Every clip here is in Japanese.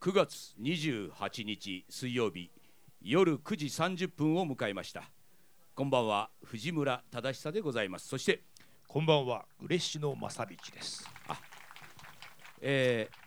9月28日水曜日夜9時30分を迎えましたこんばんは藤村忠久でございますそして、こんばんは、嬉野正道です。えー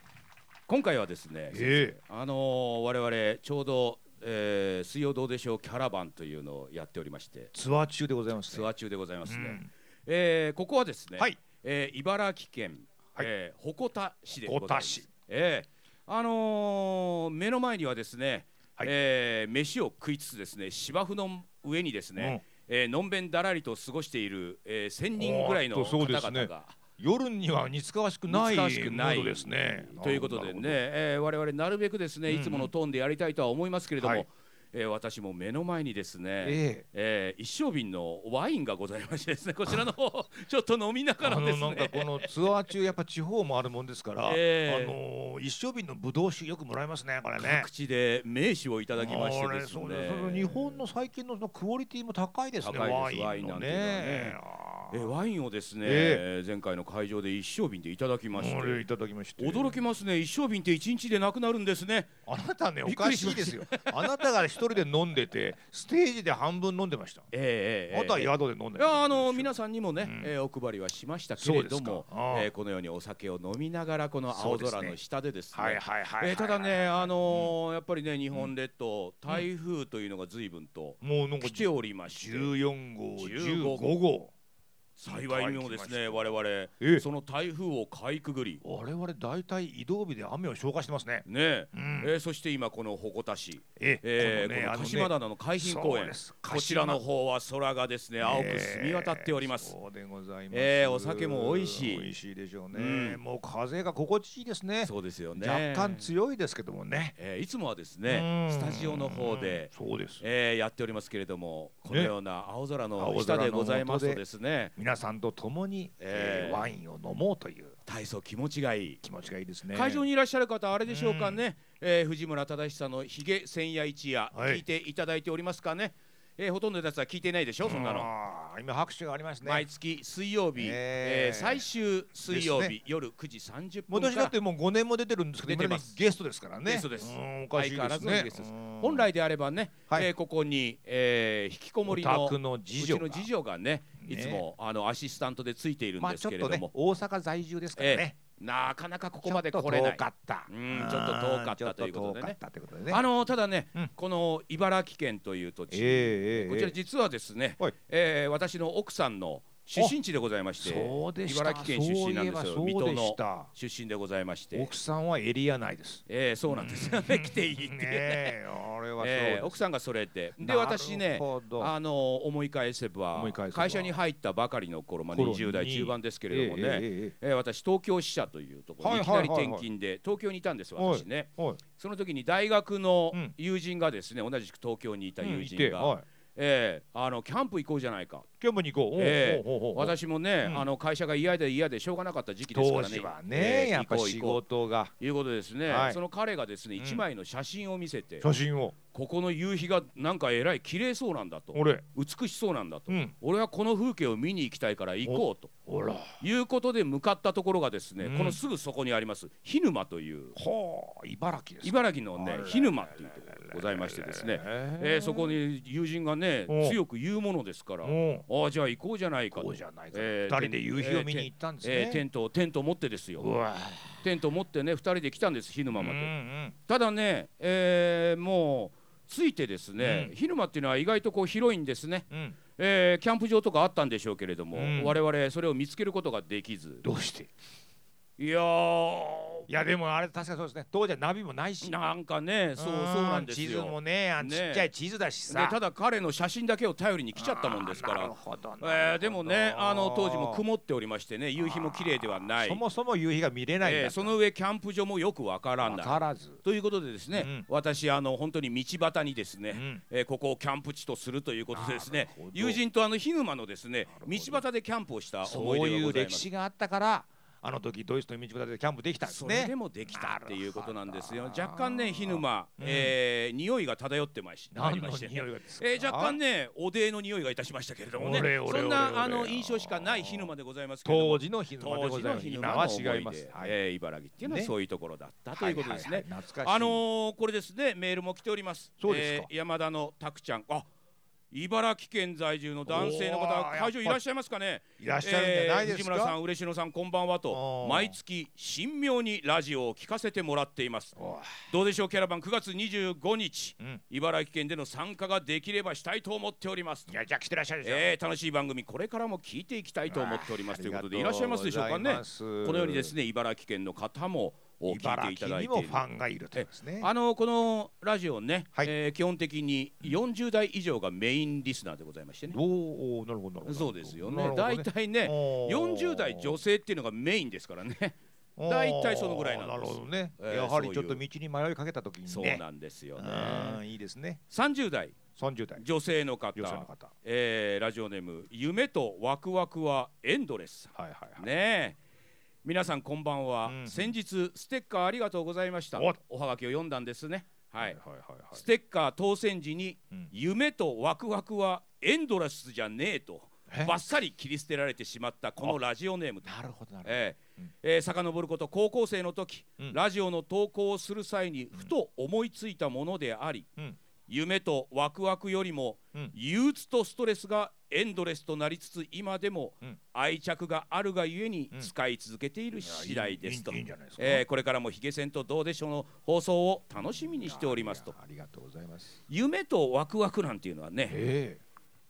今回はですね、えあのー我々ちょうど、えー水曜どうでしょうキャラバンというのをやっておりましてツアー中でございます、ね。ツアー中でございますね、うんえーここはですね、はいえー茨城県、はいえー鉾田市でございま鉾田す市えーあのー目の前にはですね、はいえー飯を食いつつですね芝生の上にですね、えーのんべんだらりと過ごしている、えー1000人ぐらいのおーっと方そうです々ねが夜には似つかわしくな似つかいムわしくないードですね。ということでね、えー我々なるべくですね、うんうんいつものトーンでやりたいとは思いますけれども、はいえー私も目の前にですね、えええー一升瓶のワインがございましてですねこちらの 方ちょっと飲みながあらでのすなんかねこのツアー中やっぱ地方もあるもんですか ら、ええあのー一生瓶のブドウ酒よくもらえますねこれね。口で名刺をいたいだきましてですそねうですその日本の最近のそのクオリティも高いですね。高いですワインのね。えーワインをですね、え前回の会場で一升瓶でいただきましこれいてただきまして。驚きますね一升瓶って一日でなくなるんですねあなたねおびっくかりししまいしたですよ。あなたが一人で飲んでてステージで半分飲んでました。えーえーえーあとは宿で飲んいでやあのな皆さんにもね、うんえーお配りはしましたけれどそうもです、かああえーこのようにお酒を飲みながらこの青空の下でですねはいはいはいはい、えーただね、あのーやっぱりね日本列島、台風というのが随分ともうなんか来ておりまして、 14号15 15号号幸いにもですね我々えその台風をかいくぐり我々大体移動日で雨を消化してますね、ねえうんえーそして今この鉾田市、ええーこのねこあのの鹿ね島棚の海浜公そう園、ですこちらの鹿島方は空がですね青く澄み渡っております。えーそうでございます、えーお酒も美味しい美味しいでしょうね、うんもう風が心地いいですねそうですよね若干強いですけどもねえーいつもはですねうんスタジオの方で、そうですえーやっておりますけれどもこのような青空の青下空のでございます下とでですね皆さんと共に、ええーーワインを飲もうという体操気持ちがいい気持ちがいいですね会場にいらっしゃる方あれでしょうかね、えー藤村忠久の「ひげ千夜一夜」は聞いいていただいておりますかね、えーほとんどのやつは聞いてないでしょそんなの。あー今拍手がありますね毎月水曜日、ねえー最終水曜で日、夜9時30分か私らだってもう5年も出てるんですけど出てます未だにゲストですからねゲストですうんおかしいです相変わらずのねゲストですうん本来であればね、はいえーここに、えー引きこもりのお宅の次女うちがの次女がねねいつもあのアシスタントでついているんまあですちょけっれとどねも、大阪在住ですからね、なかなかここまでちょっ来とれない遠かったうんちょっと遠かったということでねちょっ遠かったということでねあのただね、うんこの茨城県という土地、ええええこちら実はですね、はいえー私の奥さんの出身地でございましてそうでした茨城県出身なんですよそういえ水戸ばそうでしのた出身でございまして奥、さんはエリア内ですえーそうなんですよね来ていいっていうねねえ あれはそうえでーす奥さんがそれでなでる私ねほどあの思い返せば思い返せば会社に入ったばかりの頃、まあ、頃20代に中盤ですけれどもね、ええええええー私東京支社というところにいはいきはいなはいりはい転勤で東京にいたんですはい私ねえはいその時に大学のうん友人がですね同じく東京にいたうん友い人てが、はいえーあのキャンプ行こうじゃないかキャンプに行こうおうええおうおうおう私もね、うんあの会社が嫌で嫌でしょうがなかった時期ですか当らね時はね、えーやっぱ行こう仕行こう事がということでですね、はいその彼がですねうん一枚の写真を見せて、写真をここの夕日がなんかえらい綺麗そうなんだと俺美しそうなんだと、うん俺はこの風景を見に行きたいから行こうとほらいうことで向かったところがですね、うんこのすぐそこにあります涸沼というほう茨城ですか茨城のあねら涸沼っていうところがございましてですね、えーそこに友人がねお強く言うものですからうんああじゃあ行こうじゃないかことうじゃないか、え二ー人で夕日を見に行ったんですね、えーテントをテントを持ってですようわテントを持ってね2人で来たんです涸う沼んうまで。んただね、えーもう着いてですね、うん昼間っていうのは意外とこう広いんですね、うんえーキャンプ場とかあったんでしょうけれども、うん我々それを見つけることができずどうしていやーいやでもあれ確かにそうですね当時はナビもないしなんかねそうそうなんです地図もよ、ねあのねちっちゃい地図だしさ、ね、ただ彼の写真だけを頼りに来ちゃったもんですかあーなるら、ほどなるほどえーでもねあの当時も曇っておりましてね夕日も綺麗ではないそもそも夕日が見れないんだ、えーその上キャンプ場もよくわから分ないからず、ということでですね、うん私あの本当に道端にですね、うんえーここをキャンプ地とするということでですねなるほど友人とあのヒグマのですねなるほ道ど端でキャンプをしたそ思うい出いがごうざいま歴す史があったからあの時ドイツの道端でキャンプできたんですそれねでもできたっていうことなんですよなるほど若干ね火沼、えー匂いが漂ってまいしあり何まのしてね匂いがですか、えー、若干ねおでの匂いがいたしましたけれどもねおれおれそんおれおなれあの印象しかない日沼でございますけれども当時の日沼で当ご時のざいます日今沼のは思い出違いますはいえー茨城っていうのはねそういうところだったということですね、はいはいはい懐かしいあのーこれですねメールも来ておりますそうですかえー山田のたくちゃんあ茨城県在住の男性の方おー会場いらっしゃいますかねいらっしゃるんじゃないですえー藤か、村さん嬉野さんこんばんはとおー毎月神妙にラジオを聞かせてもらっていますおいどうでしょうキャラバン9月25日、うん茨城県での参加ができればしたいと思っておりますいやじゃあ来てらっしゃるでしょ、えー楽しい番組これからも聞いていきたいと思っておりますあということであいりらがっしゃいますでしょうかございねますこのようにですね茨城県の方もお聞い茨ていた城だにいてもいフるァンがいるということですねあのこのラジオね、はいえー基本的に40代以上がメインリスナーでございましてねおーおーなるほどなるほどそうですよなねるほど大体ねおー40代女性っていうのがメインですからね大体そのぐらいなんですあーなるほどね、えーやはりちょっそとう道に迷いかけた時にねそうなんですよねあーいいですね30代30代女性の方女性の方えーラジオネーム夢とワクワクはエンドレスさんはいはいはい、ねえ皆さんこんばんは、うん先日ステッカーありがとうございましたおおはがきを読んだんですねはい、はいはいはいはいステッカー当選時に、うん夢とワクワクはエンドレスじゃねえとえバッサリ切り捨てられてしまったこのラジオネームとなるほどなるほど、ええうんえー遡ること高校生の時、うんラジオの投稿をする際にふと思いついたものであり、うん夢とワクワクよりも、うん憂鬱とストレスがエンドレスとなりつつ今でもうん愛着があるがゆえにうん使い続けている次第ですと、いやいいいいいいんじゃないですかえーこれからも「ヒゲ戦とどうでしょう」の放送を楽しみにしておりますといやありがとうございます夢とワクワクなんていうのはねえ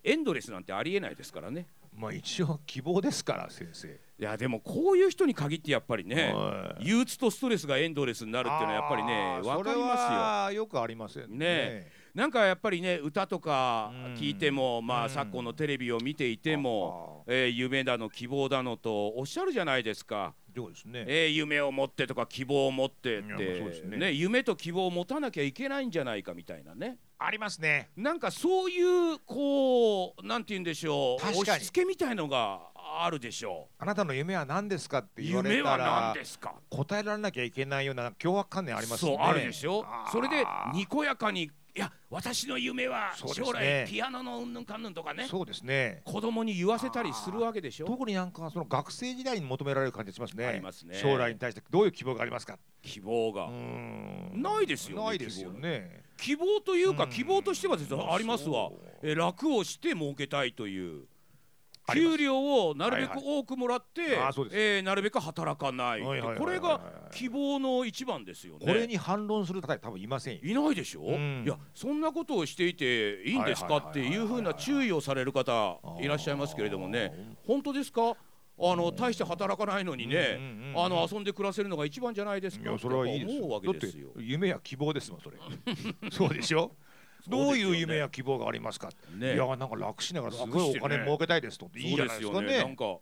エンドレスなんてありえないですからねえまあ一応希望ですから先生いやでもこういう人に限ってやっぱりねはい憂鬱とストレスがエンドレスになるっていうのはやっぱりねあー分かりそれまはよくありませんねねえすよなんかやっぱりね歌とかうん聞いてもまうあん昨今のテレビを見ていてもあえー夢だの希望だのとおっしゃるじゃないですかそうですねえー夢を持ってとか希望を持ってっいやまあそうでてすねね夢と希望を持たなきゃいけないんじゃないかみたいなねありますねなんかそういうこうなんて言うんでしょう確かに押し付けみたいのがあるでしょあなたの夢は何ですかってう言われ夢たは何らですか答えられなきゃいけないような凶悪観念ありますねそうあるでしょあーそれでにこやかにいや私の夢はそうですね将来ピアノのうんぬんかんぬんとかねそうですね子供に言わせたりするわけでしょ特になんかその学生時代に求められる感じがしますねありますね将来に対してどういう希望がありますか希望うがーんないですよねないですよね希望というかうん希望としてはですねありますわそうえ楽をして儲けたいというあります給料をなるべはいくは多くもらって、あーそうですえーなるべく働かないはいはいはいはいこれが希望の一番ですよねこれに反論する方は多分いませんよいないでしょ、うんいやそんなことをしていていいんですかはいっはいてはいはいはいいうふうな注意をされる方いらっしゃいますけれどもね本当ですかあの大して働かないのにね、うんうんうんあの遊んで暮らせるのが一番じゃないですいかやそれはいいです思うよわだっけてですよ。夢や希望ですもんそ れそうでしょどういう夢や希望がありますか、ねいやなんか楽しながらすご楽しいいおよね金儲けたいですといそういじゃでなすいですよかねなんねか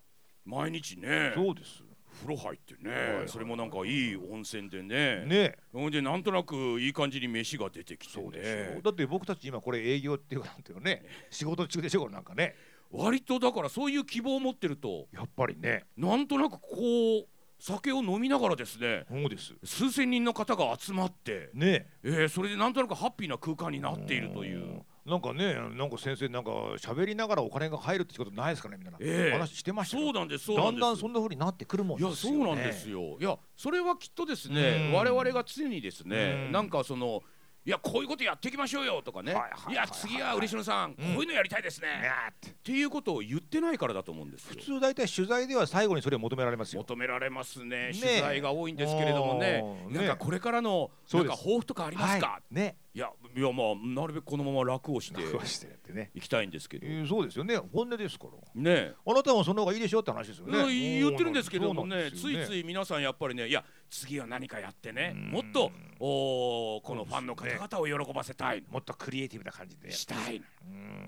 毎日ねそうです風呂入ってね、いはいそれもなんかいい温泉でねねほんでなんとなくいい感じに飯が出てきてそうですよ、ねだって僕たち今これ営業っていうかなんていう のね仕事中でしょこれなんかね割とだからそういう希望を持ってるとやっぱりねなんとなくこう酒を飲みながらですねそうです数千人の方が集まって、ねえーそれでなんとなくハッピーな空間になっているという。なんかねなんか先生なんか喋りながらお金が入るってことないですかねみたいな、ええ話してましたよそうなんですそうなんですだんだんそんな風になってくるもんいやそうなんですよよ。いやそれはきっとですね、うん我々が常にですね、うんなんかそのいやこういうことやっていきましょうよとかね、はいいはいはいはいや次は嬉野さん、こういうのやりたいですね、ねえってっていうことを言ってないからだと思うんですよ普。通大体取材では最後にそれを求められますよ求められますねね取材が多いんですけれどもねおーなんかこれからのそなうんですか抱負とかありますか、はい、ねい、やいやまあなるべくこのまま楽をして そうしてやってね、 いきたいんですけどねえーそうですよね本音ですからえあなたもその方がいいでしょって話ですよねうん言ってるんですけどもそうなねんですつよいつい皆さんやっぱりねいや次は何かやってねもっとおーこのファンの方々を喜ばせたいもっとクリエイティブな感じでしたい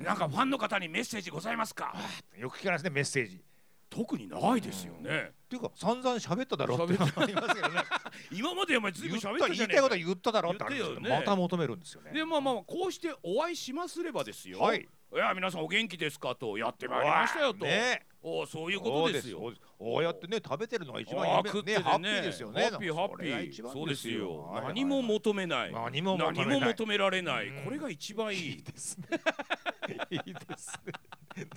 なんかファンの方にメッセージございますかよく聞かないですねメッセージ特にないですよねっていうか散々喋っただろうって喋ありますけどね今までお前ずいぶ言んっ喋たったじ言ゃいねたいえかことは言っただろうってあるんですけ言っどたよまねた求めるんですよねでまあまあまあこうしてお会いしますればですよ、はいや皆さんお元気ですかとやってまいりましたよと、ねおおそういうことですよそうですこうやってね食べてるのが一番ああ夢食っててねハッピーですよねハッピーハッそピれがー一番そうですよ、はいはいはい何も求めない何も求めない何も求められない、うんこれが一番い いですねいいですね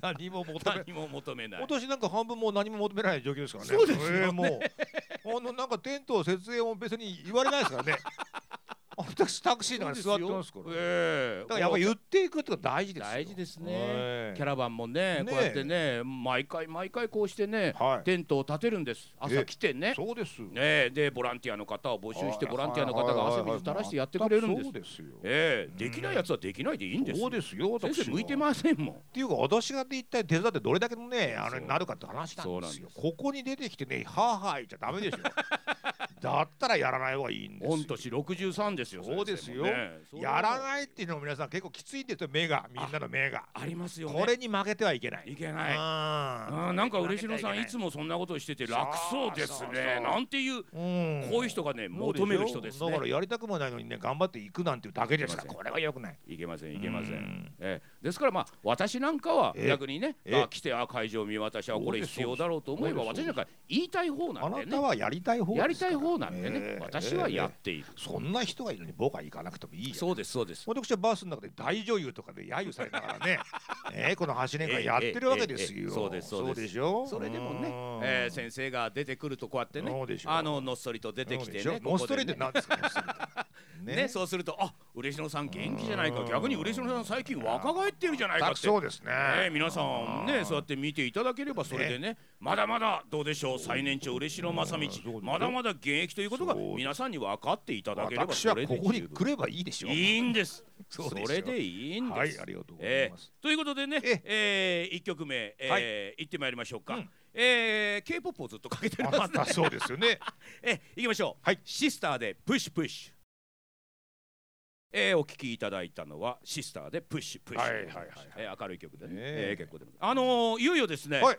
何も求め何も求めない今年なんか半分もう何も求められない状況ですからね。そうですよねえーもうあのなんかテント設営も別に言われないですからね。あ私タクシーだから座ってますから。だええからやっぱ言っていくってことは大事ですよ。大事ですはねいキャラバンもねねえこうやってね毎回毎回こうしてね、はいテントを立てるんです朝え来てねそうです。ねえでボランティアの方を募集してはいボランティアの方が汗水垂らしてやってくれるんですそうですよ。えうえんできないやつはできないでいいんですそうですよ。先生向いてす。ませんもんっていうか私が一体手伝ってどれだけのねあれそうになるかって話なんですよ。そここに出てきてねはあはあ言っちゃダメで しょ。だったらやらない方がいいんですよ。御年63ですよそうですよ先生もねそうやらないっていうのも皆さん結構きついんですよ目がみんなの目が、ありますよねこれに負けてはいけないいけないああーなんか嬉野さんいつももそんなことしてて楽そうですそうそうねそうなんていうこういう人がね求める人ですだねからやりたくもないのにね頑張っていくなんていうだけですかいらけませこれはよくないいけませんいけませうんんええですからまあ私なんかはええ逆にねええあ来てあ会場見渡しはこれ必そうですそう要ですだろうと思えばそうで私すなんか言いたい方なあんでなねたはやりたい方ですからやりたい方なんでえねえ私はやっえているえそんな人がいるのに僕は行かなくてもいいよそうですそうです私はバスの中で大女優とかで揶揄されながら ねねこの8年間やってるわけですえええええよえそうですそうですしょそれでもねうん、えー先生が出てくるとこうやってねそうでしょうあののっそりと出てきてそうでねしょノストレーでトって何ですかノストレー トねそうするとあ嬉野さん元気じゃないか逆に嬉野さん最近若返ってるじゃないか全っくてそうですねねえ皆さんねそうやって見ていただければそれでねまだまだどうでしょう最年長嬉野正うんそうです道よまだまだ現役ということがそうです皆さんに分かっていただければ私はそれこでこ十に分来ればいいでしょういいんですそうそでしょれでいいんです、はいありがとうございえますーということでね、ええー、1曲目、えーはい行ってまいりましょうか、うんえー、K−POP をずっとかけてあますまねたそうですよね えー、いきましょう、はいシスターでプッシュプッシュえー、お聞きいただいたのはシスターでプッシュプッシュ、はいはいはいえー明るい曲でね、ねええー結構でもあのー、いよいよですね、はい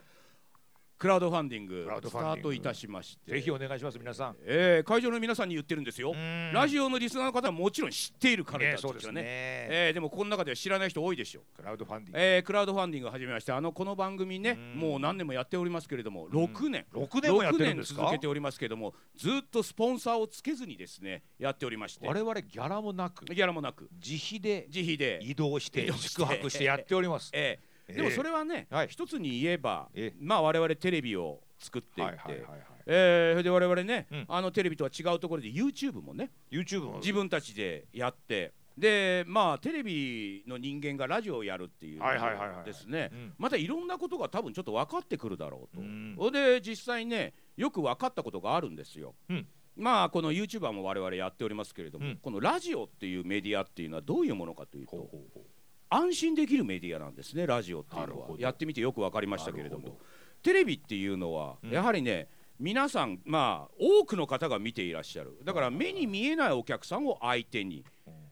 クラウドファンディングクラウドスファタンディングートいたしましてぜひお願いします皆さんえー、会場の皆さんに言ってるんですよラオジオのリスナーの方はもちろん知っている彼ねたちそうでですすよねねえーでもこの中では知らない人多いでしょう、クラウドファンディングえークラウドファンディングを始めましてあのこの番組ねうんもう何年もやっておりますけれども6年、六年もやっ6てる年んです続かけておりますけれどもずっとスポンサーをつけずにですねやっておりまして我々ギャラもなくギャラもなく自費で自費で、移動し移て動して宿泊してやっておりますえーでもそれれはね、はい一つに言えば、ええまあ我々テレビを作っていっはいて、はいはいはいえーそれで我々ね、うんあのテレビとは違うところで YouTube もね YouTube も自分たちでやってでまあテレビの人間がラジオをやるっていうはいはいはいはいですねうんまたいろんなことが多分ちょっと分かってくるだろうとうんそれで実際ねよく分かったことがあるんですよ。うんまあこの YouTuber も我々やっておりますけれども、うんこのラジオっていうメディアっていうのはどういうものかというとほうほうほう安心できるメディアなんですねラジオっていうなるのはほどやってみてよく分かりましたけれどなるもほテレビっていうのはうんやはりね、皆さんまあ多くの方が見ていらっしゃるだから目に見えないお客さんを相手に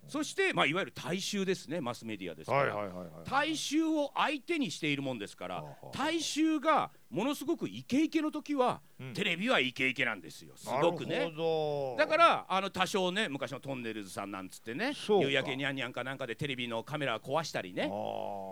そしてまあいわゆる大衆ですねマスメディアですから、はいはいはいはい大衆を相手にしているもんですからはあはあ大衆がものすごくイケイケの時は、うんテレビはイケイケなんですよすごくなるね。ほどだからあの多少ね昔のトンネルズさんなんつってねそうか夕焼けにゃんにゃんかなんかでテレビのカメラ壊したりね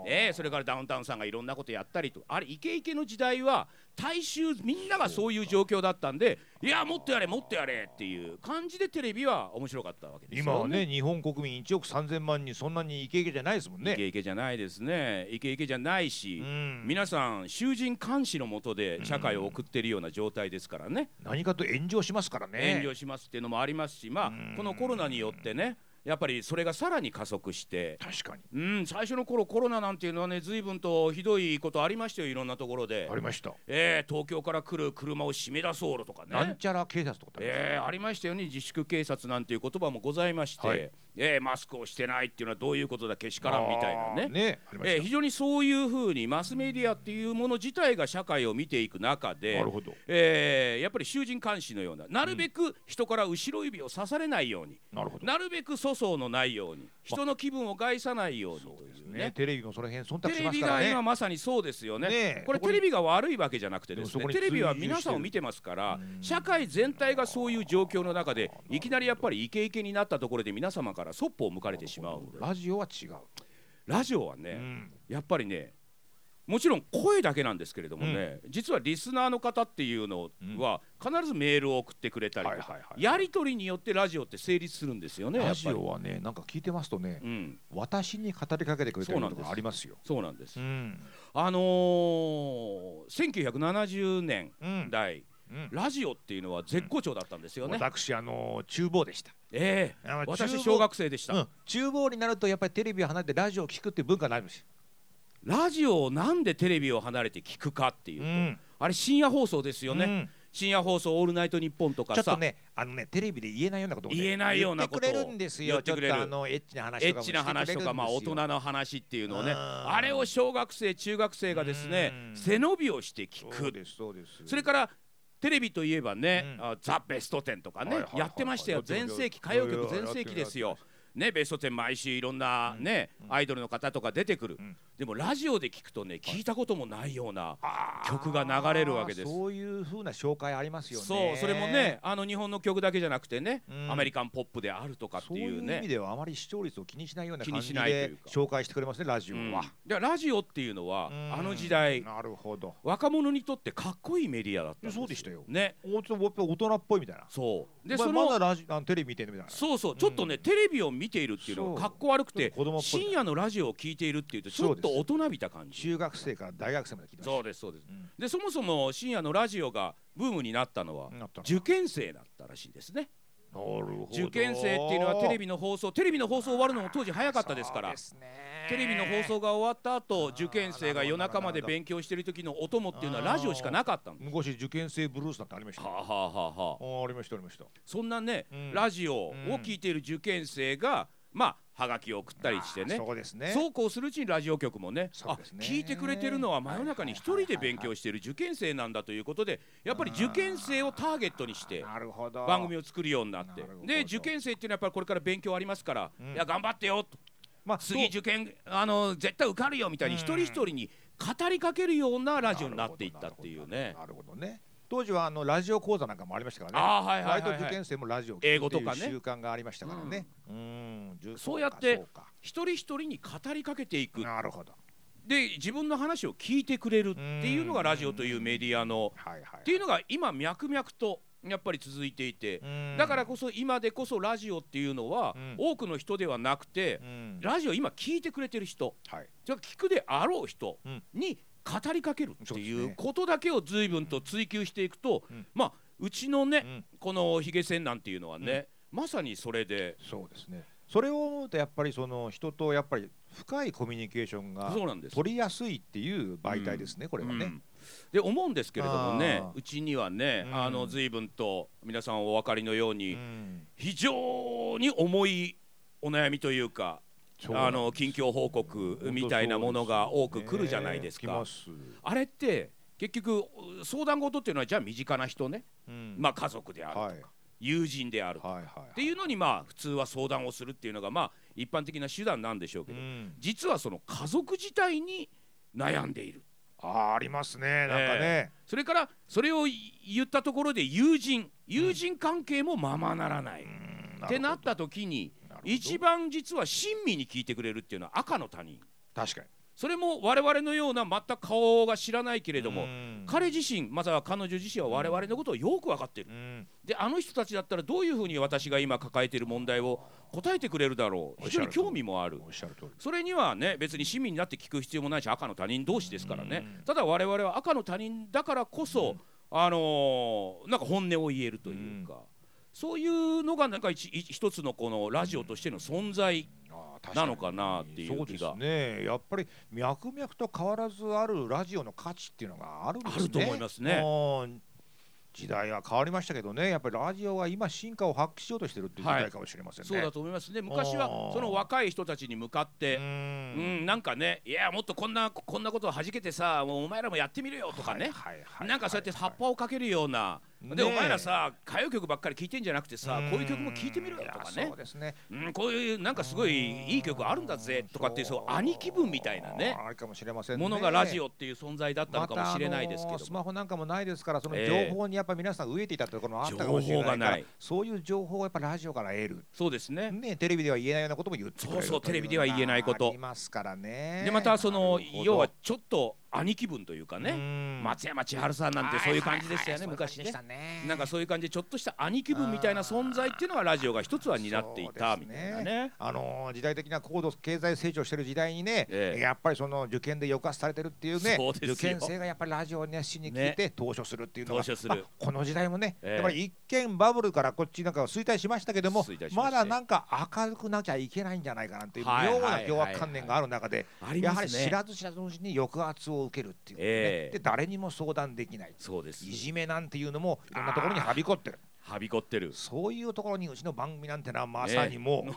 ええそれからダウンタウンさんがいろんなことやったりとあれイケイケの時代は大衆みんながそういう状況だったんでいやもっとやれもっとやれっていう感じでテレビは面白かったわけですよ今はね日本国民1億3000万人そんなにイケイケじゃないですもんイね。ケイケじゃないですねイケイケじゃないし、うん皆さん囚人監視のもとで社会を送ってるような状態ですからね、何かと炎上しますからね。遠慮しますっていうのもありますしまあうんこのコロナによってねやっぱりそれがさらに加速して確かにうん最初の頃コロナなんていうのはね随分とひどいことありましたよいろんなところであ。りました。えー、東京から来る車を締め出そうとかなんね。ちゃら警察とかってありますえーありましたよね自粛警察なんていう言葉もございまして、はいえーマスクをしてないっていうのはどういうことだけしからんみたいなあーねねありまえーし非常にそういうふうにマスメディアっていうもの自体が社会を見ていく中た。でなる、ほど。えーやっぱり囚人監視のようななるべく人から後ろ指を刺されないように、なるほど。なるべく粗相のないように人の気分を害さないようにというねねテレビもその辺忖度テしレますビからが今ね。まさにそうですよね。ねえこれそこにテレビが悪いわけじゃなくてですでもそねこにテレビは皆さんを見てますから社会全体がそういう状況の中でいきなりやっぱりイケイケになったところで皆様からそっぽを向かれてしまうのでラジオは違う。ラジオはうねんやっぱりねもちろん声だけなんですけれどもね、実はリスナーの方っていうのは必ずメールを送ってくれたりとか、はいはいはいやり取りによってラジオって成立するんですよねやラっジぱりオ。はねなんか聞いてますとね、うん、私に語りかけてくれてそうるなのんとですかありますよ。そうなんです、ん、あのー、1970年うん代、うんラジオっていうのは絶好調だったんですよね。私あの厨房でした。ええあの私厨房小学生でした、うん、厨房になるとやっぱりテレビを離れてラジオを聞くっていう文化になります。ラジオをなんでテレビを離れて聞くかっていうう、ん、あれ深夜放送ですよね、うん深夜放送「オールナイトニッポン」とかちょさっとねあのねテレビで言えないようなことをね言えないようなことを言ってくれるんです言っよ。ちてょくっれるとあのエッチな話エとかッもチな話とか、まあ、大人の話っていうのをねああーれを小学生中学生がですねうん背伸びをして聞そうくですそうです。それからテレビといえばね「うんあザ・ベストテン」とかね、はいはいはいやってましたよ全盛期歌謡曲全盛期ですよ。ね、ベストテン毎週いろんな、ねアイドルの方とか出てくる、うんでもラジオで聞くとね聞いたこともないようなあー曲が流れるわけですそういう風な紹介ありますよね。そうそれもねあの日本の曲だけじゃなくてね、うんアメリカンポップであるとかってそういういうね意味ではあまり視聴率を気にしないような感気にしじないといでうか紹介してくれますねラジオうんは。でラジオっていうのはうんあの時代なるほど。若者にとってかっこいいメディアだったんですそうでしたよねおちょっとやっぱ大人っぽいみたいな。そうでお前その、まだラジあのテレビ見てるみたいな。そうそうちょっとね、テレビを見ているっていうのがかっこ悪くてそうちょっと子供っぽいね深夜のラジオを聞いているっていうとちょっと大人びた感じ中学生から大学生まで聞いてまそうですそうです、うんでそもそも深夜のラジオがブームになったのはなったの受験生だったらしいですねなるほど受験生っていうのはテレビの放送テレビの放送終わるのも当時早かったですからそうねテレビの放送が終わった後あー受験生が夜中まで勉強してる時のお供っていうのはラジオしかなかったんです昔受験生ブルースなんてありましたはあよ。はあはあはああありましたありました。そんなね、うんラジオを聞いている受験生がまあはがきを送ったりしてねあーそうですね。そうこうするうちにラジオ局もねそうですねあ聞いてくれてるのは真夜中に一人で勉強している受験生なんだということでやっぱり受験生をターゲットにしてなるほど。番組をを作るようになってなるほどで受験生っていうのはやっぱりこれから勉強ありますから、うんいや頑張ってよとまあ次受験あの絶対受かるよみたいにうん一人一人に語りかけるようなラジオになっていったっていうねなるほどね。当時はあのラジオ講座なんかもありましたからね。あーはいはいはいはい割と受験生もラジオを聞く英語とかねっていう習慣がありましたからね。うん。じゅそうやってそうか一人一人に語りかけていそうくかなるほど。で自分の話を聞いてくれるっていうのがラジオというメディアのはいはい。っていうのが今脈々とやっぱり続いていてうんだからこそ今でこそラジオっていうのはうん多くの人ではなくてうんラジオ今聞いてくれてる人はい。じゃあ聞くであろう人うんに語りかけるってそうでいすうねことだけを随分と追求していくと、うんまあうちのうね、んこのヒゲ線なんていうのはね、まさにそれでそうですね。それを思うとやっぱりその人とやっぱり深いコミュニケーションがそうなんです。取りやすいっていう媒体ですね、これはうね。んで思うんですけれどもねあーうちにはね、うんあの随分と皆さんお分かりのように、うん非常に重いお悩みというかそうあの近況報告みたいなものが多く来るじゃないですか。本当そうですよね来ますあれって結局相談事っていうのはじゃあ身近な人ね、うんまあ、家族であるとか、はい友人であるとかはいはい。っっていうのにまあ普通は相談をするっていうのがまあ一般的な手段なんでしょうけど、実はその家族自体に悩んでいるあーありますね。なんかね。それからそれを言ったところで友人友人関係もままならない、うんってなるった時にほどなるほど一番実は親身に聞いてくれるっていうのは赤の他人確かに。それも我々のような全く顔が知らないけれども、うん彼自身または彼女自身は我々のことをよく分かってるうんであの人たちだったらどういうふうに私が今抱えている問題を答えてくれるだろうおっ非常しゃるに興味もあるおっしゃる通り。それにはね別に市民になって聞く必要もないし赤の他人同士ですからねただ我々は赤の他人だからこそ、あのーなんか本音を言えるというか、そういうのがなんか一一一つのこのラジオとしての存在あー確なのかなっていう気がそうですね。やっぱり脈々と変わらずあるラジオの価値っていうのがあるんですね。あると思いますねうん。時代は変わりましたけどね、やっぱりラジオは今進化を発揮しようとしてるっていう時はい代かもしれませんね。そうだと思いますね昔はあーその若い人たちに向かってううんん、なんかねいやもっとこんなこんなことをはじけてさもうお前らもやってみるよとかね、はいはいはいなんかそうやって葉っぱをかけるような、でねえお前らさ歌謡曲ばっかり聴いてんじゃなくてさこういう曲も聴いてみろよとかいやねそうですね。うん、こういうなんかすごいいい曲あるんだぜとかっていうそう兄貴分みたいなねあーあるかもしれませんね。ものがラジオっていう存在だったのまかたもしれないですけあどのースも、マホなんかもないですからそのええ情報にやっぱ皆さん飢えていたところもあったかもしれないか情報がらないそういう情報をやっぱラジオから得る、そうですね。ね、テレビでは言えないようなことも言ってくれるそうそうといテレビでは言えないことありますからねでまたそのなるほど要はちょっと兄貴分というかねね松山千春さんなんてそういう感じでしたよね昔ね。なんかそういう感じでちょっとした兄貴分みたいな存在っていうのがラジオが一つは担っていたみたいなそうですね。あのー時代的な高度経済成長してる時代にね、ええやっぱりその受験で抑圧されてるっていうねそうですよ受験生がやっぱりラジオを熱心に聞いて投書するっていうのが、投書すまるあこの時代もね、ええやっぱり一見バブルからこっちなんか衰退しましたけども衰退しまましたねだなんか明るくなきゃいけないんじゃないかなっていうはい妙はない凶悪観念がある中で、ありやまはりす知ね。らず知らずのうちに抑圧を受けるっていうね、ええで誰にも相談できないそうですい。じめなんていうのもいろんなところにはびこってるはびこってる。そういうところにうちの番組なんてのはまさにもう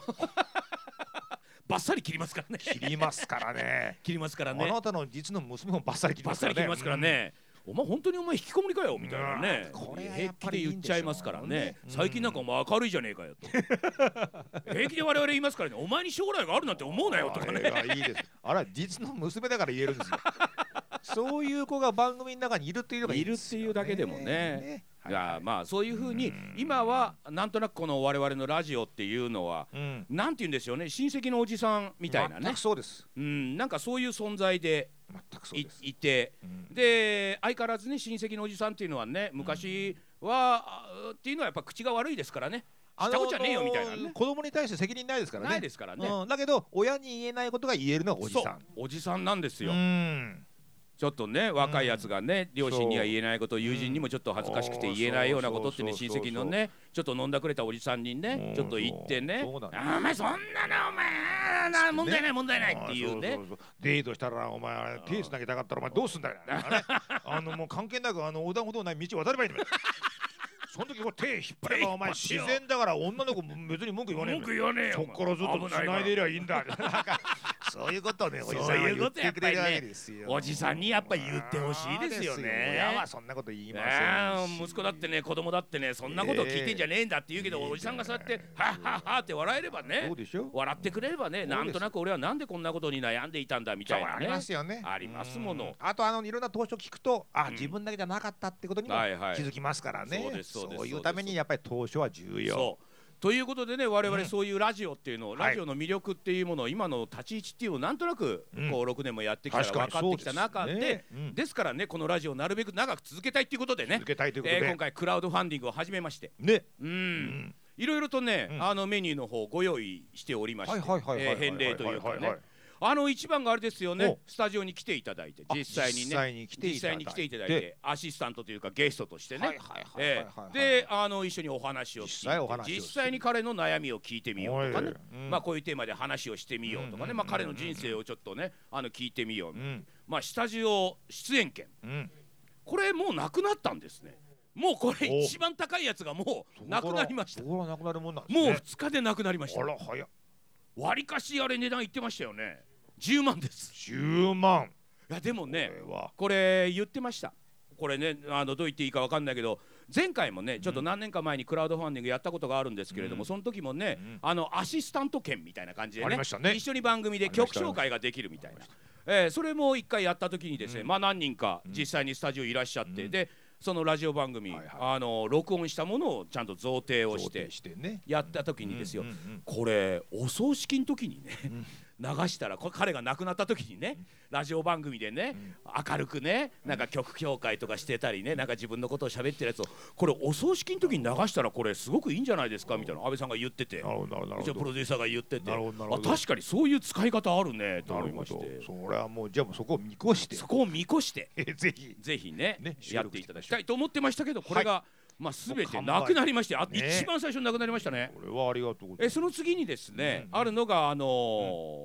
バッサリ切りますからね。切りますからね。切りますからあね。なたの実の娘もバッサリ切りバまッすサからリ切ね。りますからね。お前本当にお前引きこもりかよみたいなねうんこれはや平っ気ぱでりいいん言っでしょうちゃいますからねねうん最近なんかお前明るいじゃねえかよ と平気で我々言いますからねお前に将来があるなんて思うなうん。よとかねあれはいいです。あら実の娘だから言えるん ですよ。そういう子が番組の中にいるっていうのがいいですよ、ね。いるっていうだけでもねはいいやまあそういうふうに今はなんとなくこの我々のラジオっていうのはうん。なんて言うんでしょうね親戚のおじさんみたいな全ねく、そうです。うん、なんかそういう存在で全くそういです。いてうんで相変わらずね親戚のおじさんっていうのはね昔は、あっていうのはやっぱ口が悪いですからねしたことじゃねえよみたいなね子供に対して責任ないですからね。ないですからね、うん。だけど親に言えないことが言えるのがおじさん。そうおじさんなんですよ、ん。ちょっとね若いやつがね、両親には言えないこと友人にもちょっと恥ずかしくて言えないようなことってねそうそ親うそう戚のねちょっと飲んだくれたおじさんにねうんちょっと言ってね「そうそうだねあお前そんななお前あーな問題ない問題ない」っていうああねそうそうそうデートしたらお前あれ手つなげたかったらお前どうすんだよあれあのもう関係なくあの横断歩道ない道渡ればい いんだよその時こう手引っ張ればお前手引っ張っ自てよ然だから女の子も別に文句言わねえ文んだ句よ言わねえよそっからずっと危ない繋いでいかりゃいい んだなんかそういうことをねおじさんはそういう言こっとやてっくぱれりねるわけですよおじさんにやっぱ言ってほしいですよねそうですよ親はそんなこと言いまらせあんしー息子だってね子供だってねそんなこと聞いてんじゃねえんだって言うけど、ええおじさんがそうやって「はっはっは」って笑えればねそうでしょ笑ってくれればねそうですなんとなく俺はなんでこんなことに悩んでいたんだみそたういなあねりますよねありますものうんあとあのいろんな投書聞くとあん自分だけじゃなかったってことにもはいはい気づきますからねそうですそうですそういそうでうすためにやっぱり投書は重要そうということでね我う々んそういうラジオっていうのを、はいラジオの魅力っていうものを今の立ち位置っていうのをなんとなくうんこう6年もやってきたら確か分にかってきた中で,、そでうですねうんからねこのラジオをなるべく長く続けたいっていうことでね続けたいということえーで今回クラウドファンディングを始めましてねうん、んいろいろとね、うんあのメニューの方ご用意しておりましてはいはいはいはいはいえー返礼というかはいはいはねいあの一番があれですよねおスタジオに来ていただいてあ実際にね実際に来て実際に来ていいただいてただいてアシスタントというかゲストとしてね、はいはいはいはいえはいはいえであの一緒にお話を聞いて実際お話をする実際に彼の悩みを聞いてみようとかね、おいうんまあ、こういうテーマで話をしてみようとかね、うんまあ、彼の人生をちょっとねあの聞いてみよう、うんまあ、スタジオ出演権うんこれもうなくなったんですねもうこれお一番高いやつがもうなくなりましたそこらなくなるもんなんですねもう2日でなくなりましたあら早っ割かしあれ値段いってましたよね10万です10万いやでもねこれはこれ言ってましたこれねあのどう言っていいかわかんないけど前回もねちょっと何年か前にクラウドファンディングやったことがあるんですけれども、うんその時もね、うんあのアシスタント権みたいな感じであねりましたね一緒に番組でありま曲した紹介ができるみたいな、えーそれも一回やった時にですね、うんまあ何人か実際にスタジオいらっしゃって、うんでそのラジオ番組、はいはいあの録音したものをちゃんと贈呈をして贈呈してねやった時にですよ、うんうんこれお葬式の時にね、流したらこ彼が亡くなった時にね、ラジオ番組でね、明るくねなんか曲紹介とかしてたりね、なんか自分のことを喋ってるやつをこれお葬式の時に流したらこれすごくいいんじゃないですかみたいな安倍さんが言っててうんなるほどなるほどなうるちのプほどロデューサーが言っててなるほどなるほどあ確かにそういう使い方あるねとな思るいほましどてそれはもうじゃあもうそこを見越してそこを見越して ぜひぜひねねやっていただきたいと思ってましたけどこれが、まあ、全てもう完売なくなりましてあ、ね一番最初になくなりましたね。これはありがとうございえますその次にですね、うんあるのがあのー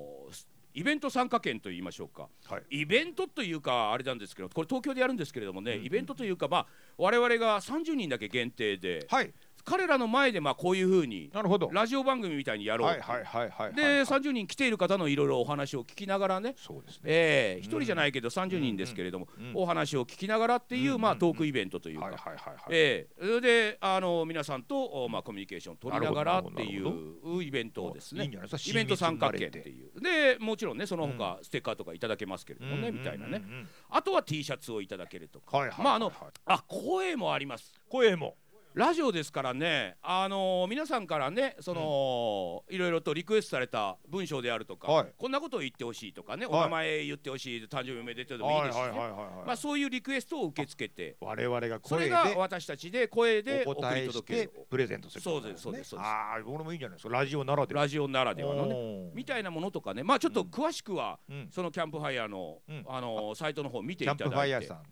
イベント参加券といいましょうかはいイベントというかあれなんですけどこれ東京でやるんですけれどもね、イベントというかまあ我々が30人だけ限定で、はい彼らの前でまあこういうふうになるほどラジオ番組みたいにやろう、はいはいはいはいはいで、30人来ている方のいろいろお話を聞きながらねそうですねえー、1人じゃないけど30人ですけれども、うんうんお話を聞きながらっていう、うんまあ、トークイベントというか、はいはいはいはいええそれであの皆さんと、おまあ、コミュニケーションを取りながらなっるほどていなるうイベントをですねいいんじゃないですかイベント参加親券っ密にてなれていうでもちろんねその他ステッカーとかいただけますけれどもね、みたいなね、うんうんうんあとは T シャツをいただけるとか、はいはいはいはいまああのあ声もあります声もラジオですからね、あのー皆さんからね、その、いろいろとリクエストされた文章であるとか、はいこんなことを言ってほしいとかね、はおい名前言ってほしい、誕生日おめでとうでもいいはいですし、ねはいはいはいまはあい。そういうリクエストを受け付けて、我々がそ声れでが私たちで声でお送答りえし届けてるプレゼントするってことそうですそうですそうですああ、俺もいいんじゃないですか。ラジオならでは。ラジオならではのね、ねみたいなものとかね、まあちょっと詳しくは、うんそのキャンプファイヤーの、うんあのーサイトの方見てキいャたンプファだイヤいーてさ。ん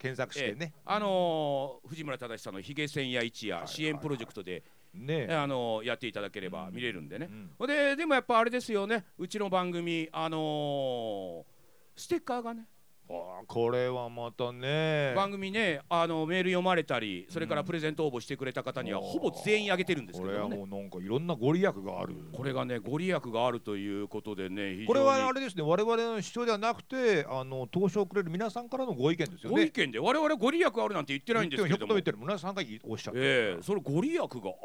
検索してね。あのー藤村忠さんの「ひげ千夜一は夜い」支援プロジェクトで、ねえ。あのーやっていただければ見れるんでね、うんほんででもやっぱあれですよねうちの番組あのーステッカーがね、ああこれはまたね。番組ねあのメール読まれたりそれからうんプレゼント応募してくれた方にはほぼ全員あげてるんですけこどれはもねもうなんかいろんなご利益がある。これがねご利益があるということでね非常にこれはあれですね。我々の主張ではなくて、あの投資をくれる皆さんからのご意見ですよご意ね。見で我々ご利益あるなんて言ってないんですけ言ってどももひょっと見てる村田さんがおっしゃってる。ええそれご利益が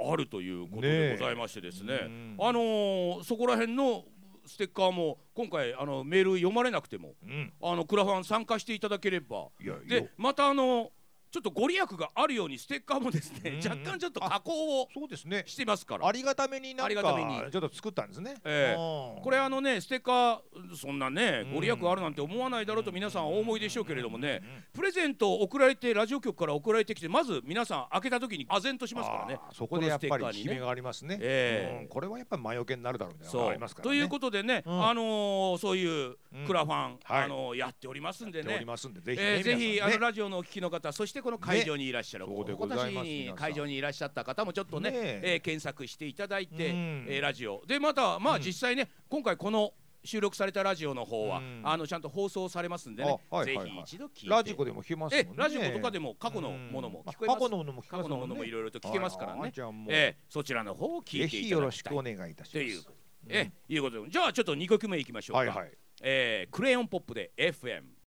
あるということでございましてですねねえうんあのーそこら辺のステッカーも今回あのメール読まれなくてもうん。あのクラファン参加していただければいやよでまたあのちょっとご利益があるようにステッカーもですねうん若干ちょっと加工をそうですね。してますからありがためになありんかがためにちょっと作ったんですね。ええうんこれあのねステッカーそんなねうんご利益あるなんて思わないだろうと皆さんはお思いでしょうけれどもねうんうんうんプレゼントを送られてラジオ局から送られてきてまず皆さん開けた時に唖然としますからねあーそこでやっぱこのステッカーりにね決めがありますね。ええうんこれはやっぱり魔除けになるだろうみたいなそのがうありますからね。ということでね、うんあのーそういうクラファン、はいあのーやっておりますんでやっておりね。ますんで、ぜひえね、ー、ぜひ皆あのさんねラジオのお聞きの方そしてこの会場にいらっしゃる、ねこそうでございます今年に皆さん会場にいらっしゃった方もちょっとねねええー検索していただいて、うんえーラジオでまたまあうん実際ね、今回この収録されたラジオの方は、うんあのちゃんと放送されますんでね、あはいはいぜはいひ一度聞いてラジコでも聞けますもんえね。ラジコとかでも過去のものも聞こえます、うんあ過去のものも聞け過ま去すのももんねのもいろいろと聞けますからあねー、じゃあもうえーそちらの方を聞ぜいてひいたよだろきしたくいお願いいたしというま、えいうことでじゃあちょっと2曲目いきましす。ょうか、はいはい。えークレヨンポップで FM